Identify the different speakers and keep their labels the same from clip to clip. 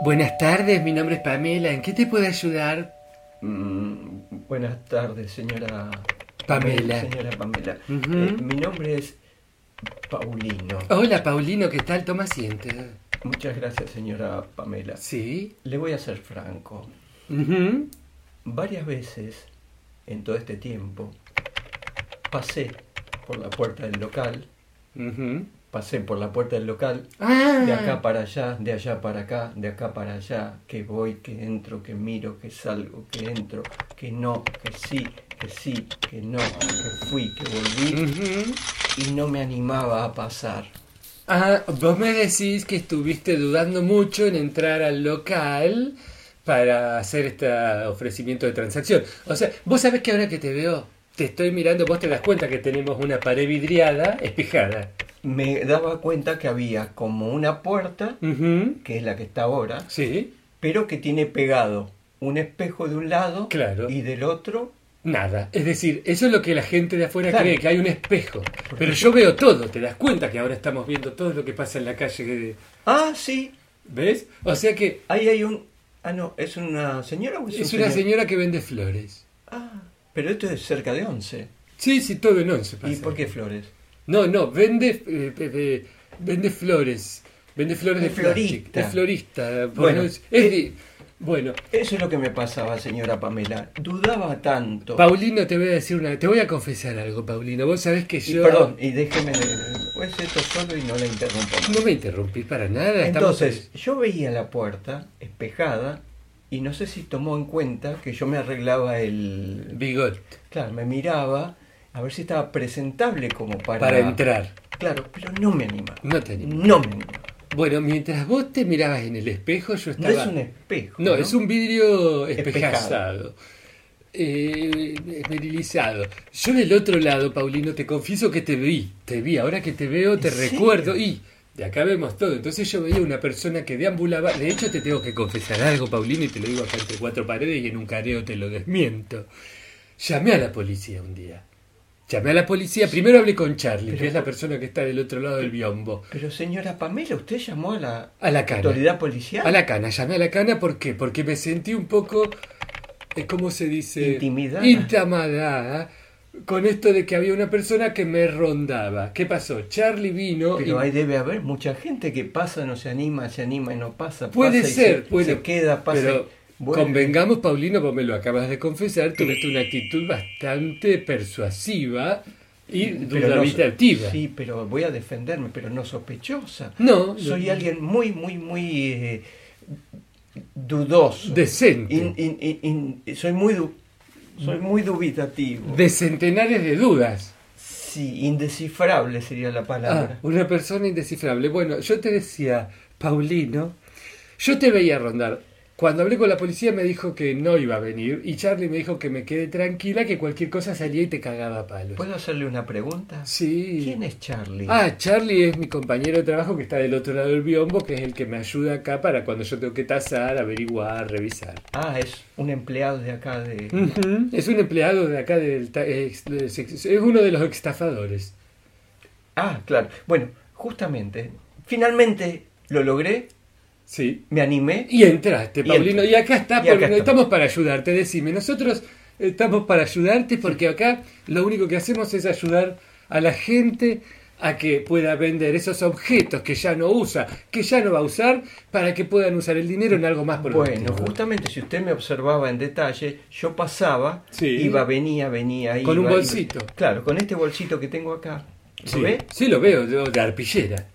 Speaker 1: Buenas tardes, mi nombre es Pamela. ¿En qué te puedo ayudar?
Speaker 2: Mm, buenas tardes, señora
Speaker 1: Pamela.
Speaker 2: Señora Pamela.
Speaker 1: Ujú.
Speaker 2: Eh, mi nombre es Paulino.
Speaker 1: Hola, Paulino, ¿qué tal? Toma asiento.
Speaker 2: Muchas gracias, señora Pamela.
Speaker 1: ¿Sí?
Speaker 2: Le voy a ser franco.
Speaker 1: Ujú.
Speaker 2: Varias veces en todo este tiempo pasé por la puerta del local,
Speaker 1: Ujú.
Speaker 2: pasé por la puerta del local,
Speaker 1: Ah,
Speaker 2: de acá para allá, de allá para acá, de acá para allá, que voy, que entro, que miro, que salgo, que entro, que no, que sí, que sí, que no, que fui, que volví.
Speaker 1: Mm. Ujú.
Speaker 2: y no me animaba a pasar.
Speaker 1: Ah, vos me decís que estuviste dudando mucho en entrar al local para hacer este ofrecimiento de transacción. O sea, vos sabés que ahora que te veo, te estoy mirando, vos te das cuenta que tenemos una pared vidriada, espejada.
Speaker 2: Me daba cuenta que había como una puerta,
Speaker 1: Ujú.
Speaker 2: que es la que está ahora,
Speaker 1: Sí,
Speaker 2: pero que tiene pegado un espejo de un lado
Speaker 1: Claro.
Speaker 2: y del otro.
Speaker 1: nada. Es decir, eso es lo que la gente de afuera
Speaker 2: Claro.
Speaker 1: cree, que hay un espejo. Pero yo veo todo, te das cuenta que ahora estamos viendo todo lo que pasa en la calle. que-
Speaker 2: Ah, sí,
Speaker 1: ¿Ves? O sea que
Speaker 2: ahí hay un... Ah, no, ¿es una señora o es, un
Speaker 1: es una
Speaker 2: señor?
Speaker 1: señora que vende flores.
Speaker 2: Ah, pero esto es cerca de 11.
Speaker 1: Sí, Ah, sí, todo en once pasa.
Speaker 2: ¿Y por qué flores?
Speaker 1: No, no, vende, eh, eh, eh, vende flores. Vende flores de
Speaker 2: Es florista.
Speaker 1: plástico, Es florista. por
Speaker 2: Bueno, eh,
Speaker 1: no- es de- bueno,
Speaker 2: Eso es lo que me pasaba, señora Pamela. Dudaba tanto.
Speaker 1: Paulino, te voy a decir una. Te voy a confesar algo, Paulino. Vos sabés que
Speaker 2: y
Speaker 1: yo.
Speaker 2: perdón, y déjeme... Es esto solo y no la interrumpo más.
Speaker 1: No me interrumpís para nada. estamos-
Speaker 2: Entonces, yo veía la puerta espejada y no sé si tomó en cuenta que yo me arreglaba el...
Speaker 1: Bigot.
Speaker 2: Claro, me miraba a ver si estaba presentable como para...
Speaker 1: Para entrar.
Speaker 2: Claro, pero no me animaba.
Speaker 1: No te animás.
Speaker 2: No me animaba.
Speaker 1: Bueno, mientras vos te mirabas en el espejo, yo
Speaker 2: No
Speaker 1: estaba.
Speaker 2: es un espejo.
Speaker 1: No, es un vidrio
Speaker 2: Espejado.
Speaker 1: espejazado. Eh, esmerilizado. Yo del otro lado, Paulino, te confieso que te vi. Te vi. Ahora que te veo, te
Speaker 2: ¿En serio?
Speaker 1: recuerdo. Y de acá vemos todo. Entonces yo veía una persona que deambulaba. De hecho, te tengo que confesar algo, Paulino, y te lo digo acá entre cuatro paredes y en un careo te lo desmiento. Llamé a la policía un día. Llamé a la policía. Primero hablé con Charlie,
Speaker 2: Pero-
Speaker 1: que es la persona que está del otro lado del biombo.
Speaker 2: Pero señora Pamela, usted llamó a la,
Speaker 1: A la cara.
Speaker 2: autoridad policial.
Speaker 1: A la cana, llamé a la cana, ¿por qué? Porque me sentí un poco, eh, ¿cómo se dice?
Speaker 2: Intimidada.
Speaker 1: Intamadada con esto de que había una persona que me rondaba. ¿Qué pasó? Charlie vino
Speaker 2: Pero
Speaker 1: y...
Speaker 2: ahí debe haber mucha gente que pasa, no se anima, se anima y no pasa.
Speaker 1: Puede
Speaker 2: pasa y
Speaker 1: ser,
Speaker 2: se,
Speaker 1: puede...
Speaker 2: se queda, pasa. y
Speaker 1: Pero
Speaker 2: vuelve.
Speaker 1: convengamos, Paulino, vos me lo acabas de confesar, tuviste una actitud bastante persuasiva y
Speaker 2: Pero no-
Speaker 1: dubitativa.
Speaker 2: Sí, pero voy a defenderme, pero no sospechosa.
Speaker 1: No, no,
Speaker 2: Soy
Speaker 1: no.
Speaker 2: alguien muy, muy, muy eh, dudoso.
Speaker 1: Decente.
Speaker 2: In- in- in- in- soy muy du- soy muy dubitativo.
Speaker 1: De centenares de dudas.
Speaker 2: sí, indescifrable sería la
Speaker 1: Ah,
Speaker 2: palabra.
Speaker 1: una persona indescifrable. Bueno, yo te decía, Paulino, yo te veía rondar. Cuando hablé con la policía me dijo que no iba a venir y Charlie me dijo que me quede tranquila, que cualquier cosa salía y te cagaba a palos.
Speaker 2: ¿Puedo hacerle una pregunta?
Speaker 1: Sí.
Speaker 2: ¿Quién es Charlie?
Speaker 1: Ah, Charlie es mi compañero de trabajo que está del otro lado del biombo, que es el que me ayuda acá para cuando yo tengo que tasar, averiguar, revisar.
Speaker 2: Ah, es un empleado de acá de...
Speaker 1: Ujú, Es un empleado de acá del... ta- ex- ex- Es uno de los estafadores.
Speaker 2: Ah, claro. Bueno, justamente, finalmente lo logré,
Speaker 1: Sí.
Speaker 2: me animé.
Speaker 1: Y entraste,
Speaker 2: Y
Speaker 1: Paulino.
Speaker 2: entré.
Speaker 1: Y acá estás,
Speaker 2: Y acá
Speaker 1: porque
Speaker 2: estamos.
Speaker 1: estamos para ayudarte. Decime, nosotros eh, estamos para ayudarte porque acá lo único que hacemos es ayudar a la gente a que pueda vender esos objetos que ya no usa, que ya no va a usar, para que puedan usar el dinero en algo más
Speaker 2: Bueno,
Speaker 1: productivo.
Speaker 2: justamente si usted me observaba en detalle, yo pasaba,
Speaker 1: Sí.
Speaker 2: iba, venía, venía.
Speaker 1: Con un
Speaker 2: iba, iba.
Speaker 1: bolsito.
Speaker 2: Claro, con este bolsito que tengo acá. ¿Lo
Speaker 1: Sí,
Speaker 2: ve?
Speaker 1: sí, lo veo, yo de arpillera.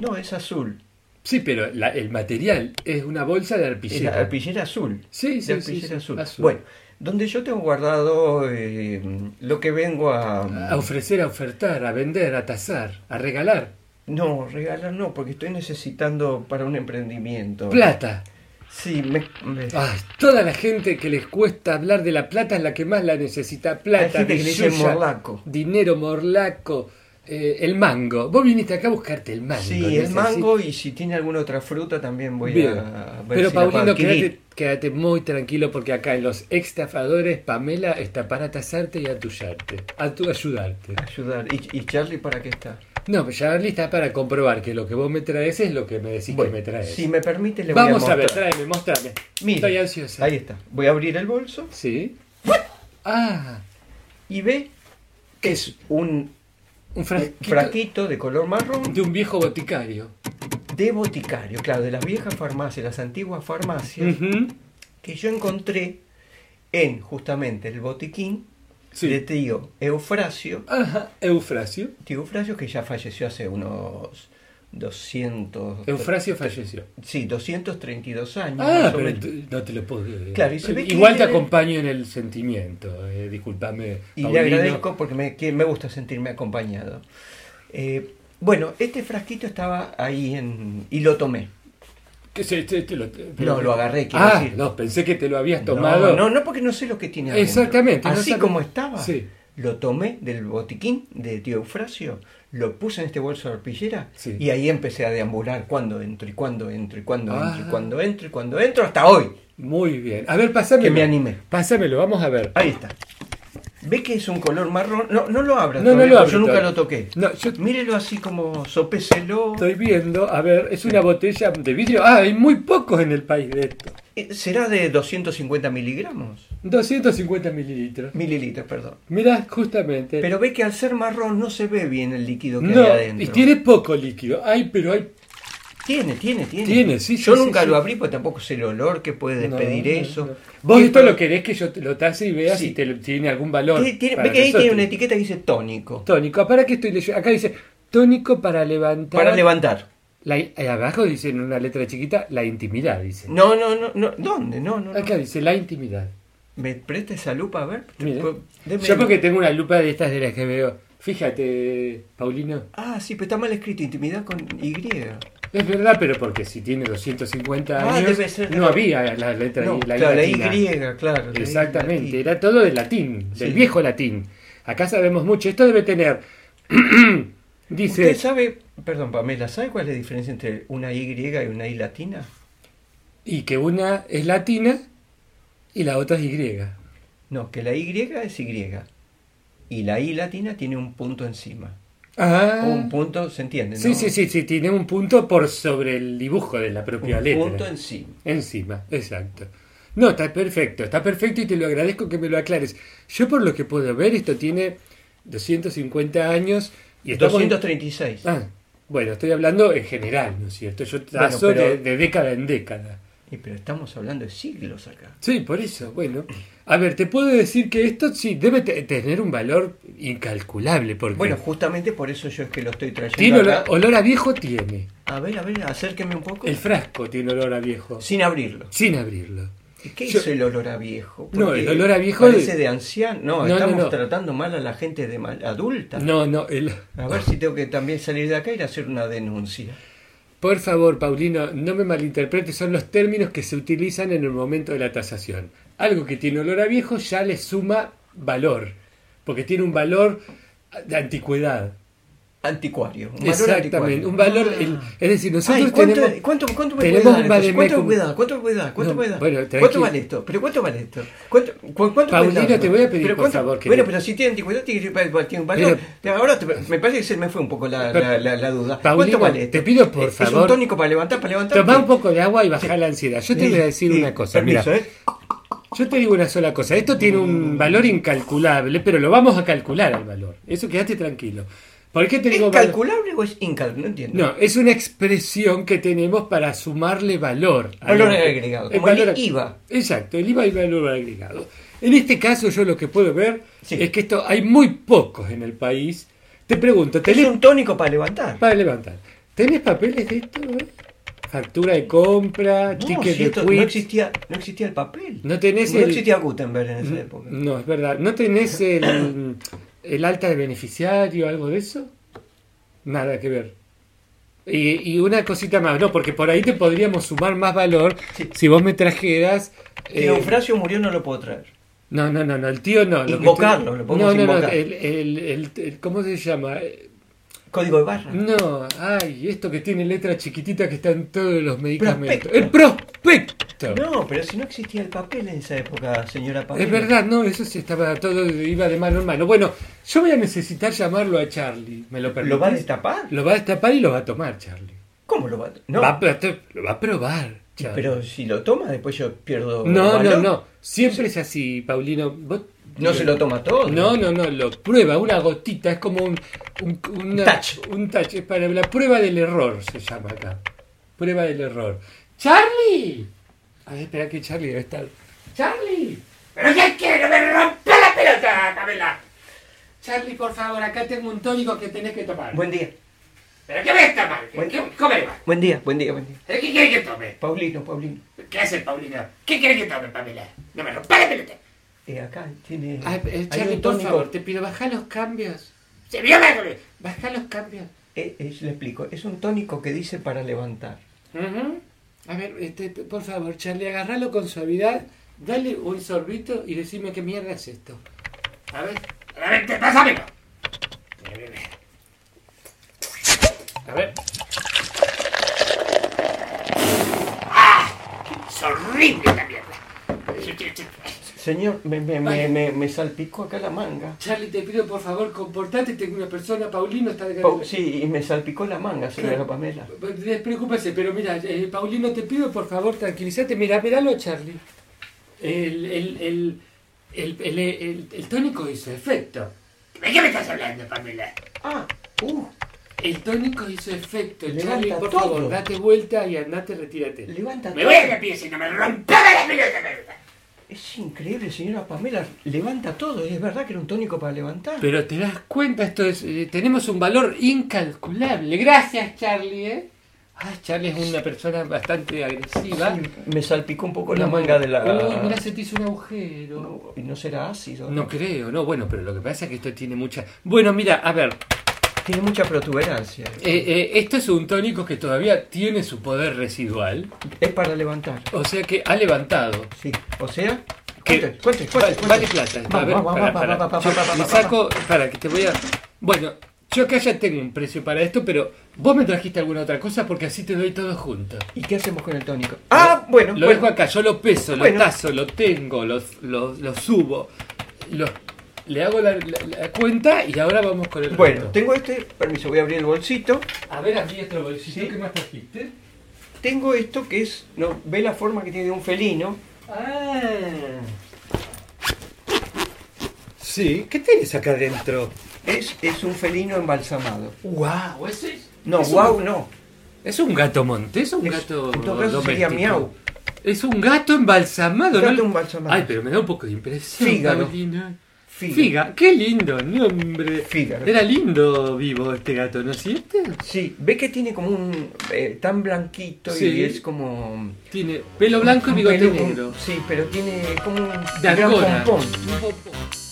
Speaker 2: No, es azul.
Speaker 1: Sí, pero la- el material es una bolsa de
Speaker 2: Es
Speaker 1: arpillera.
Speaker 2: la arpillera azul.
Speaker 1: Sí,
Speaker 2: La
Speaker 1: sí,
Speaker 2: arpillera
Speaker 1: sí, sí,
Speaker 2: azul.
Speaker 1: azul.
Speaker 2: Bueno, donde yo tengo guardado eh, lo que vengo a...
Speaker 1: A ofrecer, a ofertar, a vender, a tasar, a regalar.
Speaker 2: No, regalar no, porque estoy necesitando para un emprendimiento.
Speaker 1: Plata.
Speaker 2: Sí, me... me-
Speaker 1: Ay, toda la gente que les cuesta hablar de la plata es la que más la necesita. Plata,
Speaker 2: Hay gente que le dice
Speaker 1: billulla,
Speaker 2: morlaco.
Speaker 1: Dinero morlaco, eh, el mango. Vos viniste acá a buscarte el mango.
Speaker 2: Sí, el
Speaker 1: Ah, necesito-
Speaker 2: mango y si tiene alguna otra fruta también voy
Speaker 1: Bien.
Speaker 2: a ver
Speaker 1: Pero
Speaker 2: si la puedo
Speaker 1: Paulino,
Speaker 2: adquirir.
Speaker 1: quédate, quédate muy tranquilo porque acá en los extafadores Pamela está para tasarte y atullarte, a tu ayudarte.
Speaker 2: Ayudar. ¿Y, y Charlie para qué está?
Speaker 1: No, pero ya lista para comprobar que lo que vos me traes es lo que me decís
Speaker 2: Bueno,
Speaker 1: que me traes.
Speaker 2: si me permite, le
Speaker 1: Vamos
Speaker 2: voy a
Speaker 1: a, ver,
Speaker 2: mostrar.
Speaker 1: tráeme, mostrame.
Speaker 2: Mire,
Speaker 1: Estoy ansiosa.
Speaker 2: Ahí está. Voy a abrir el bolso
Speaker 1: Sí. Ah,
Speaker 2: y ve que es un Eh,
Speaker 1: un frasquito
Speaker 2: fraquito de color marrón
Speaker 1: de un viejo boticario.
Speaker 2: de boticario, claro, de las viejas farmacias, las antiguas farmacias,
Speaker 1: Ujú.
Speaker 2: que yo encontré en justamente el botiquín
Speaker 1: Sí.
Speaker 2: de tío Eufrasio,
Speaker 1: Ajá, Eufrasio.
Speaker 2: tío Eufrasio que ya falleció hace unos 200...
Speaker 1: Eufrasio falleció.
Speaker 2: Sí, 232 años.
Speaker 1: Ah,
Speaker 2: más o
Speaker 1: pero
Speaker 2: menos.
Speaker 1: tú- no te lo puedo creer.
Speaker 2: Claro, y se ve que
Speaker 1: Igual te
Speaker 2: era-
Speaker 1: acompaño en el sentimiento. eh, disculpame.
Speaker 2: Y
Speaker 1: Paulino.
Speaker 2: le agradezco porque me, que me gusta sentirme acompañado. Eh, bueno, este frasquito estaba ahí en... y lo tomé.
Speaker 1: Que se- se- te Este, lo,
Speaker 2: No, lo agarré, quiero
Speaker 1: Ah,
Speaker 2: decir.
Speaker 1: no, pensé que te lo habías tomado.
Speaker 2: No, no, no, porque no sé lo que tiene adentro.
Speaker 1: Exactamente, no
Speaker 2: Así
Speaker 1: sabe-
Speaker 2: como estaba,
Speaker 1: Sí.
Speaker 2: lo tomé del botiquín de tío Eufrasio, lo puse en este bolso de arpillera
Speaker 1: Sí.
Speaker 2: y ahí empecé a deambular cuándo entro y cuándo entro y cuándo entro
Speaker 1: Ah.
Speaker 2: y cuándo entro y cuándo entro hasta hoy.
Speaker 1: Muy bien. A ver, pásamelo.
Speaker 2: Que me animé.
Speaker 1: Pásamelo, vamos a ver.
Speaker 2: Ahí está. ¿Ve que es un color marrón? No, no lo abras.
Speaker 1: No, no
Speaker 2: todavía,
Speaker 1: lo
Speaker 2: porque
Speaker 1: abro
Speaker 2: Yo nunca
Speaker 1: todavía.
Speaker 2: lo toqué.
Speaker 1: No, yo-
Speaker 2: Mírelo así como sopéselo.
Speaker 1: Estoy viendo, a ver, es una botella de vidrio. Ah, hay muy pocos en el país de esto.
Speaker 2: Eh, ¿Será de 250 miligramos?
Speaker 1: 250 mililitros.
Speaker 2: Mililitros, perdón.
Speaker 1: Mirá, justamente.
Speaker 2: Pero ve que al ser marrón no se ve bien el líquido que
Speaker 1: no,
Speaker 2: hay adentro.
Speaker 1: y tiene poco líquido. Ay, pero hay.
Speaker 2: Tiene, tiene, tiene.
Speaker 1: Tiene, sí,
Speaker 2: Yo
Speaker 1: sí,
Speaker 2: nunca
Speaker 1: sí,
Speaker 2: lo
Speaker 1: sí.
Speaker 2: abrí porque tampoco sé el olor que puede
Speaker 1: No,
Speaker 2: despedir
Speaker 1: no,
Speaker 2: eso.
Speaker 1: no. Vos
Speaker 2: Y
Speaker 1: esto
Speaker 2: esto-
Speaker 1: lo querés que yo te lo tase y veas
Speaker 2: Sí.
Speaker 1: si te lo- tiene algún valor.
Speaker 2: tiene- tiene-
Speaker 1: para
Speaker 2: ve que ahí tiene
Speaker 1: nosotros.
Speaker 2: una etiqueta que dice tónico.
Speaker 1: Tónico. ¿Para qué estoy leyendo? Acá dice tónico para levantar.
Speaker 2: Para levantar.
Speaker 1: La- ahí abajo dice en una letra chiquita la intimidad, dice.
Speaker 2: No, no, no, no. ¿Dónde? No, no. no.
Speaker 1: Acá dice la intimidad.
Speaker 2: ¿Me presta esa lupa a ver?
Speaker 1: Mire.
Speaker 2: Pu- deme-
Speaker 1: Yo porque tengo una lupa de estas de las que veo. Fíjate, Paulino.
Speaker 2: Ah, sí, pero está mal escrito. Intimidad con Y.
Speaker 1: Es verdad, pero porque si tiene 250
Speaker 2: Ah,
Speaker 1: años,
Speaker 2: debe ser de-
Speaker 1: no había la letra
Speaker 2: No,
Speaker 1: I- la I
Speaker 2: claro, la Y,
Speaker 1: latina.
Speaker 2: claro. la Y
Speaker 1: Exactamente,
Speaker 2: latina.
Speaker 1: era todo del latín, del
Speaker 2: Sí.
Speaker 1: viejo latín. Acá sabemos mucho. Esto debe tener. dice.
Speaker 2: ¿Usted sabe, perdón, Pamela, ¿sabe cuál es la diferencia entre una Y y una I latina?
Speaker 1: Y que una es latina y la otra es Y.
Speaker 2: No, que la Y es Y. Y la I latina tiene un punto encima.
Speaker 1: Ah.
Speaker 2: Un punto, ¿se entiende?
Speaker 1: Sí,
Speaker 2: no?
Speaker 1: sí, sí, sí, tiene un punto por sobre el dibujo de la
Speaker 2: Un
Speaker 1: propia letra.
Speaker 2: punto encima.
Speaker 1: Encima, exacto. No, está perfecto, está perfecto y te lo agradezco que me lo aclares. Yo por lo que puedo ver, esto tiene 250 años y estamos...
Speaker 2: 236.
Speaker 1: Ah, bueno, estoy hablando en general, ¿no es cierto? Yo trazo
Speaker 2: pero-
Speaker 1: de, de década en década.
Speaker 2: Y pero estamos hablando de siglos acá.
Speaker 1: Sí, por eso, bueno. A ver, te puedo decir que esto sí debe te- tener un valor incalculable, porque
Speaker 2: Bueno, justamente por eso yo es que lo estoy trayendo.
Speaker 1: tiene olor,
Speaker 2: acá.
Speaker 1: olor a viejo tiene.
Speaker 2: A ver, a ver, acérqueme un poco.
Speaker 1: El frasco tiene olor a viejo,
Speaker 2: Sin abrirlo.
Speaker 1: sin abrirlo.
Speaker 2: ¿Y ¿Qué
Speaker 1: Yo-
Speaker 2: es el olor a viejo?
Speaker 1: No,
Speaker 2: Porque
Speaker 1: el olor a viejo
Speaker 2: Parece
Speaker 1: es-
Speaker 2: de anciano. No,
Speaker 1: No, no,
Speaker 2: estamos
Speaker 1: no.
Speaker 2: tratando mal a la gente de mal- adulta.
Speaker 1: No, no, el...
Speaker 2: A ver si tengo que también salir de acá y hacer una denuncia.
Speaker 1: por favor, Paulino, no me malinterpretes, son los términos que se utilizan en el momento de la tasación. Algo que tiene olor a viejo ya le suma valor, porque tiene un valor de antigüedad.
Speaker 2: Anticuario. Un valor
Speaker 1: Exactamente,
Speaker 2: anticuario.
Speaker 1: un valor,
Speaker 2: Ah.
Speaker 1: el- es decir,
Speaker 2: Ay,
Speaker 1: nosotros
Speaker 2: ¿cuánto,
Speaker 1: tenemos...
Speaker 2: ¿Cuánto, cuánto me
Speaker 1: tenemos
Speaker 2: puede dar
Speaker 1: un
Speaker 2: entonces? ¿Cuánto
Speaker 1: vademécum.
Speaker 2: me da? ¿Cuánto me da? ¿Cuánto
Speaker 1: No,
Speaker 2: me da?
Speaker 1: bueno,
Speaker 2: ¿Cuánto
Speaker 1: tranquilo.
Speaker 2: vale esto? ¿Pero cuánto vale esto? ¿Cuánto, cu- cuánto me
Speaker 1: Paulino,
Speaker 2: da?
Speaker 1: te voy a pedir,
Speaker 2: ¿Pero
Speaker 1: por favor, que
Speaker 2: Bueno,
Speaker 1: te-
Speaker 2: pero si tiene antigüedad, tiene que tiene- tiene un valor. Ahora te- me parece que se me fue un poco la, la, la- la duda.
Speaker 1: Paulino,
Speaker 2: ¿Cuánto vale esto?
Speaker 1: te pido, por
Speaker 2: ¿Es un
Speaker 1: favor,
Speaker 2: tónico para levantar, para levantar?
Speaker 1: Tomá un poco de agua y bajá la ansiedad. Yo te
Speaker 2: Sí,
Speaker 1: voy a decir
Speaker 2: sí,
Speaker 1: una cosa, mira,
Speaker 2: permiso, ¿eh? Mm.
Speaker 1: yo te digo una sola cosa, esto tiene un valor incalculable, pero lo vamos a calcular al valor, eso quédate tranquilo. ¿Por qué te
Speaker 2: ¿Es
Speaker 1: digo valor?
Speaker 2: calculable o es incalculable? No entiendo.
Speaker 1: No, es una expresión que tenemos para sumarle valor. a
Speaker 2: Valor
Speaker 1: lo que-
Speaker 2: agregado,
Speaker 1: el
Speaker 2: como el IVA.
Speaker 1: Exacto, el IVA y valor agregado. En este caso yo lo que puedo ver
Speaker 2: Sí.
Speaker 1: es que esto hay muy pocos en el país. Te pregunto,
Speaker 2: Es
Speaker 1: ¿tenés
Speaker 2: un tónico para levantar.
Speaker 1: para levantar? ¿Tenés papeles de esto? eh? Factura de compra,
Speaker 2: No,
Speaker 1: ticket
Speaker 2: si
Speaker 1: de
Speaker 2: esto- no
Speaker 1: quit.
Speaker 2: existía, no existía el papel.
Speaker 1: No tenés
Speaker 2: no
Speaker 1: el- Mm,
Speaker 2: existía Gutenberg en esa época.
Speaker 1: No, es verdad. ¿No tenés el, el alta de beneficiario, algo de eso? Nada que ver. Y, y una cosita más, no, porque por ahí te podríamos sumar más valor
Speaker 2: Sí.
Speaker 1: si vos me trajeras. eh,
Speaker 2: Que Eufrasio murió no lo puedo traer.
Speaker 1: no, no, no, no, el tío no. lo que
Speaker 2: Invocarlo, lo
Speaker 1: No, no,
Speaker 2: podemos
Speaker 1: no,
Speaker 2: invocar.
Speaker 1: el, el- el- el- ¿cómo se llama? Eh,
Speaker 2: Código de barra.
Speaker 1: Mm, No, ay, esto que tiene letra chiquitita que está en todos los medicamentos.
Speaker 2: Prospecto.
Speaker 1: El prospecto. supuesto.
Speaker 2: No, pero si no existía el papel en esa época, señora Pamela.
Speaker 1: Es verdad, no, eso sí estaba todo, iba de mano en mano. Bueno, yo voy a necesitar llamarlo a Charlie, ¿me lo permites?
Speaker 2: ¿Lo va a destapar?
Speaker 1: Lo va a destapar y lo va a tomar, Charlie.
Speaker 2: ¿Cómo lo va a.? No,
Speaker 1: Va a pr- lo va a probar, Charlie.
Speaker 2: pero si lo toma, después yo pierdo.
Speaker 1: no, no,
Speaker 2: valor.
Speaker 1: no. Siempre es así, Paulino. Vos-
Speaker 2: No se lo toma todo.
Speaker 1: No, no, no, lo prueba, una gotita, es como un, un, una-
Speaker 2: Touch.
Speaker 1: un touch, es para la prueba del error, se llama acá. Prueba del error. ¡Charlie! A ver, espera que Charlie debe estar. ¡Charlie! ¿Pero qué quiero? ¡Me rompe la pelota, Pamela! Charlie, por favor, acá tengo un tónico que tenés que tomar.
Speaker 2: Buen día.
Speaker 1: ¿Pero qué ves tomar? ¿Qué,
Speaker 2: Buen-
Speaker 1: qué, cómo le va?
Speaker 2: Buen día, buen día, buen día.
Speaker 1: ¿Pero qué quieres que tome?
Speaker 2: Paulino, Paulino.
Speaker 1: ¿Qué hace Paulina? ¿Qué quieres que tome, Pamela? No me rompa la pelota.
Speaker 2: Eh, acá tiene.
Speaker 1: Ah, eh,
Speaker 2: hay
Speaker 1: Charlie,
Speaker 2: un
Speaker 1: por
Speaker 2: tónico.
Speaker 1: favor, te pido, baja los cambios. ¡Se vio Mercury! Baja los cambios.
Speaker 2: Eh, eh, le explico. Es un tónico que dice para levantar.
Speaker 1: Ujú. A ver, este, p- por favor, Charlie, agarralo con suavidad, dale un sorbito y decime qué mierda es esto. A ver. A ver, te- pásamelo. A ver, A ver. ¡Ah! Es horrible la mierda.
Speaker 2: Señor, me, me, me,
Speaker 1: Vaya.
Speaker 2: me, me salpicó acá la manga.
Speaker 1: Charlie, te pido por favor, comportate, tengo una persona, Paulino está de
Speaker 2: Pau- Oh, sí, y me salpicó la manga, señora
Speaker 1: Claro.
Speaker 2: Pamela.
Speaker 1: Despreocúpese, pero mira, eh, Paulino, te pido por favor, tranquilízate. Mira, miralo, Charlie. El, el, el, el, el, el- el tónico hizo efecto. ¿De qué me estás hablando, Pamela?
Speaker 2: Ah, uh,
Speaker 1: El tónico hizo efecto.
Speaker 2: Levanta
Speaker 1: Charlie, por
Speaker 2: todo.
Speaker 1: favor, date vuelta y andate, retírate.
Speaker 2: levanta.
Speaker 3: Me voy a la pieza y no me rompaba la pelota, Marta.
Speaker 2: Es increíble, señora Pamela. Levanta todo. Es verdad que era un tónico para levantar.
Speaker 1: Pero te das cuenta, esto es. eh, tenemos un valor incalculable. Gracias, Charlie, ¿eh? Ah, Charlie es una persona bastante agresiva.
Speaker 2: Me salpicó un poco la manga de la.
Speaker 1: Uy, mirá, se te hizo un agujero.
Speaker 2: No, ¿y no será ácido.
Speaker 1: No creo, no, bueno, pero lo que pasa es que esto tiene mucha... Bueno, mira, a ver,
Speaker 2: Tiene mucha protuberancia.
Speaker 1: eh, eh, esto es un tónico que todavía tiene su poder residual,
Speaker 2: Es para levantar.
Speaker 1: o sea que ha levantado.
Speaker 2: Sí. O sea.
Speaker 1: Que-
Speaker 2: Cuente, cuente,
Speaker 1: Vale,
Speaker 2: cuente.
Speaker 1: vale
Speaker 2: cuente.
Speaker 1: plata.
Speaker 2: Va,
Speaker 1: A ver,
Speaker 2: va, va,
Speaker 1: para,
Speaker 2: va,
Speaker 1: para.
Speaker 2: va, va,
Speaker 1: Yo
Speaker 2: va, va,
Speaker 1: le
Speaker 2: va,
Speaker 1: saco, para que te voy a... Bueno, yo acá ya tengo un precio para esto, pero vos me trajiste alguna otra cosa porque así te doy todo junto.
Speaker 2: ¿Y qué hacemos con el tónico? Ah, bueno.
Speaker 1: Lo
Speaker 2: bueno.
Speaker 1: dejo acá, yo lo peso, lo
Speaker 2: Bueno.
Speaker 1: tazo, lo tengo, lo, lo- lo subo, lo- le hago la, la- la cuenta y ahora vamos con el...
Speaker 2: Bueno,
Speaker 1: resto.
Speaker 2: tengo este. Permiso, voy a abrir el bolsito.
Speaker 1: A ver, aquí otro bolsito.
Speaker 2: Sí.
Speaker 1: ¿Qué más trajiste?
Speaker 2: Tengo esto que es. No, ve la forma que tiene de un felino.
Speaker 1: Ah. Sí, ¿qué tienes acá adentro?
Speaker 2: Es, es un felino embalsamado.
Speaker 1: ¡Guau! ¿Ese es?
Speaker 2: No,
Speaker 1: es
Speaker 2: wow,
Speaker 1: Un,
Speaker 2: no.
Speaker 1: es un gato montés o un
Speaker 2: Es-
Speaker 1: gato.
Speaker 2: en todo caso sería
Speaker 1: doméstico?
Speaker 2: miau.
Speaker 1: Es un gato embalsamado,
Speaker 2: Un gato
Speaker 1: ¿no?
Speaker 2: embalsamado.
Speaker 1: Ay, pero me da un poco de impresión.
Speaker 2: Fígaro.
Speaker 1: Paulina.
Speaker 2: Figa.
Speaker 1: Figa, qué lindo nombre.
Speaker 2: Fígaro.
Speaker 1: Era lindo vivo este gato, ¿no es cierto?
Speaker 2: Sí, ve que tiene como un. eh, tan blanquito
Speaker 1: Sí.
Speaker 2: y es como.
Speaker 1: Tiene pelo blanco y
Speaker 2: un
Speaker 1: bigote
Speaker 2: pelo-
Speaker 1: negro.
Speaker 2: Sí, pero tiene como un.
Speaker 1: De
Speaker 2: gran
Speaker 1: Ancona.
Speaker 2: pompón.
Speaker 1: Un pompón.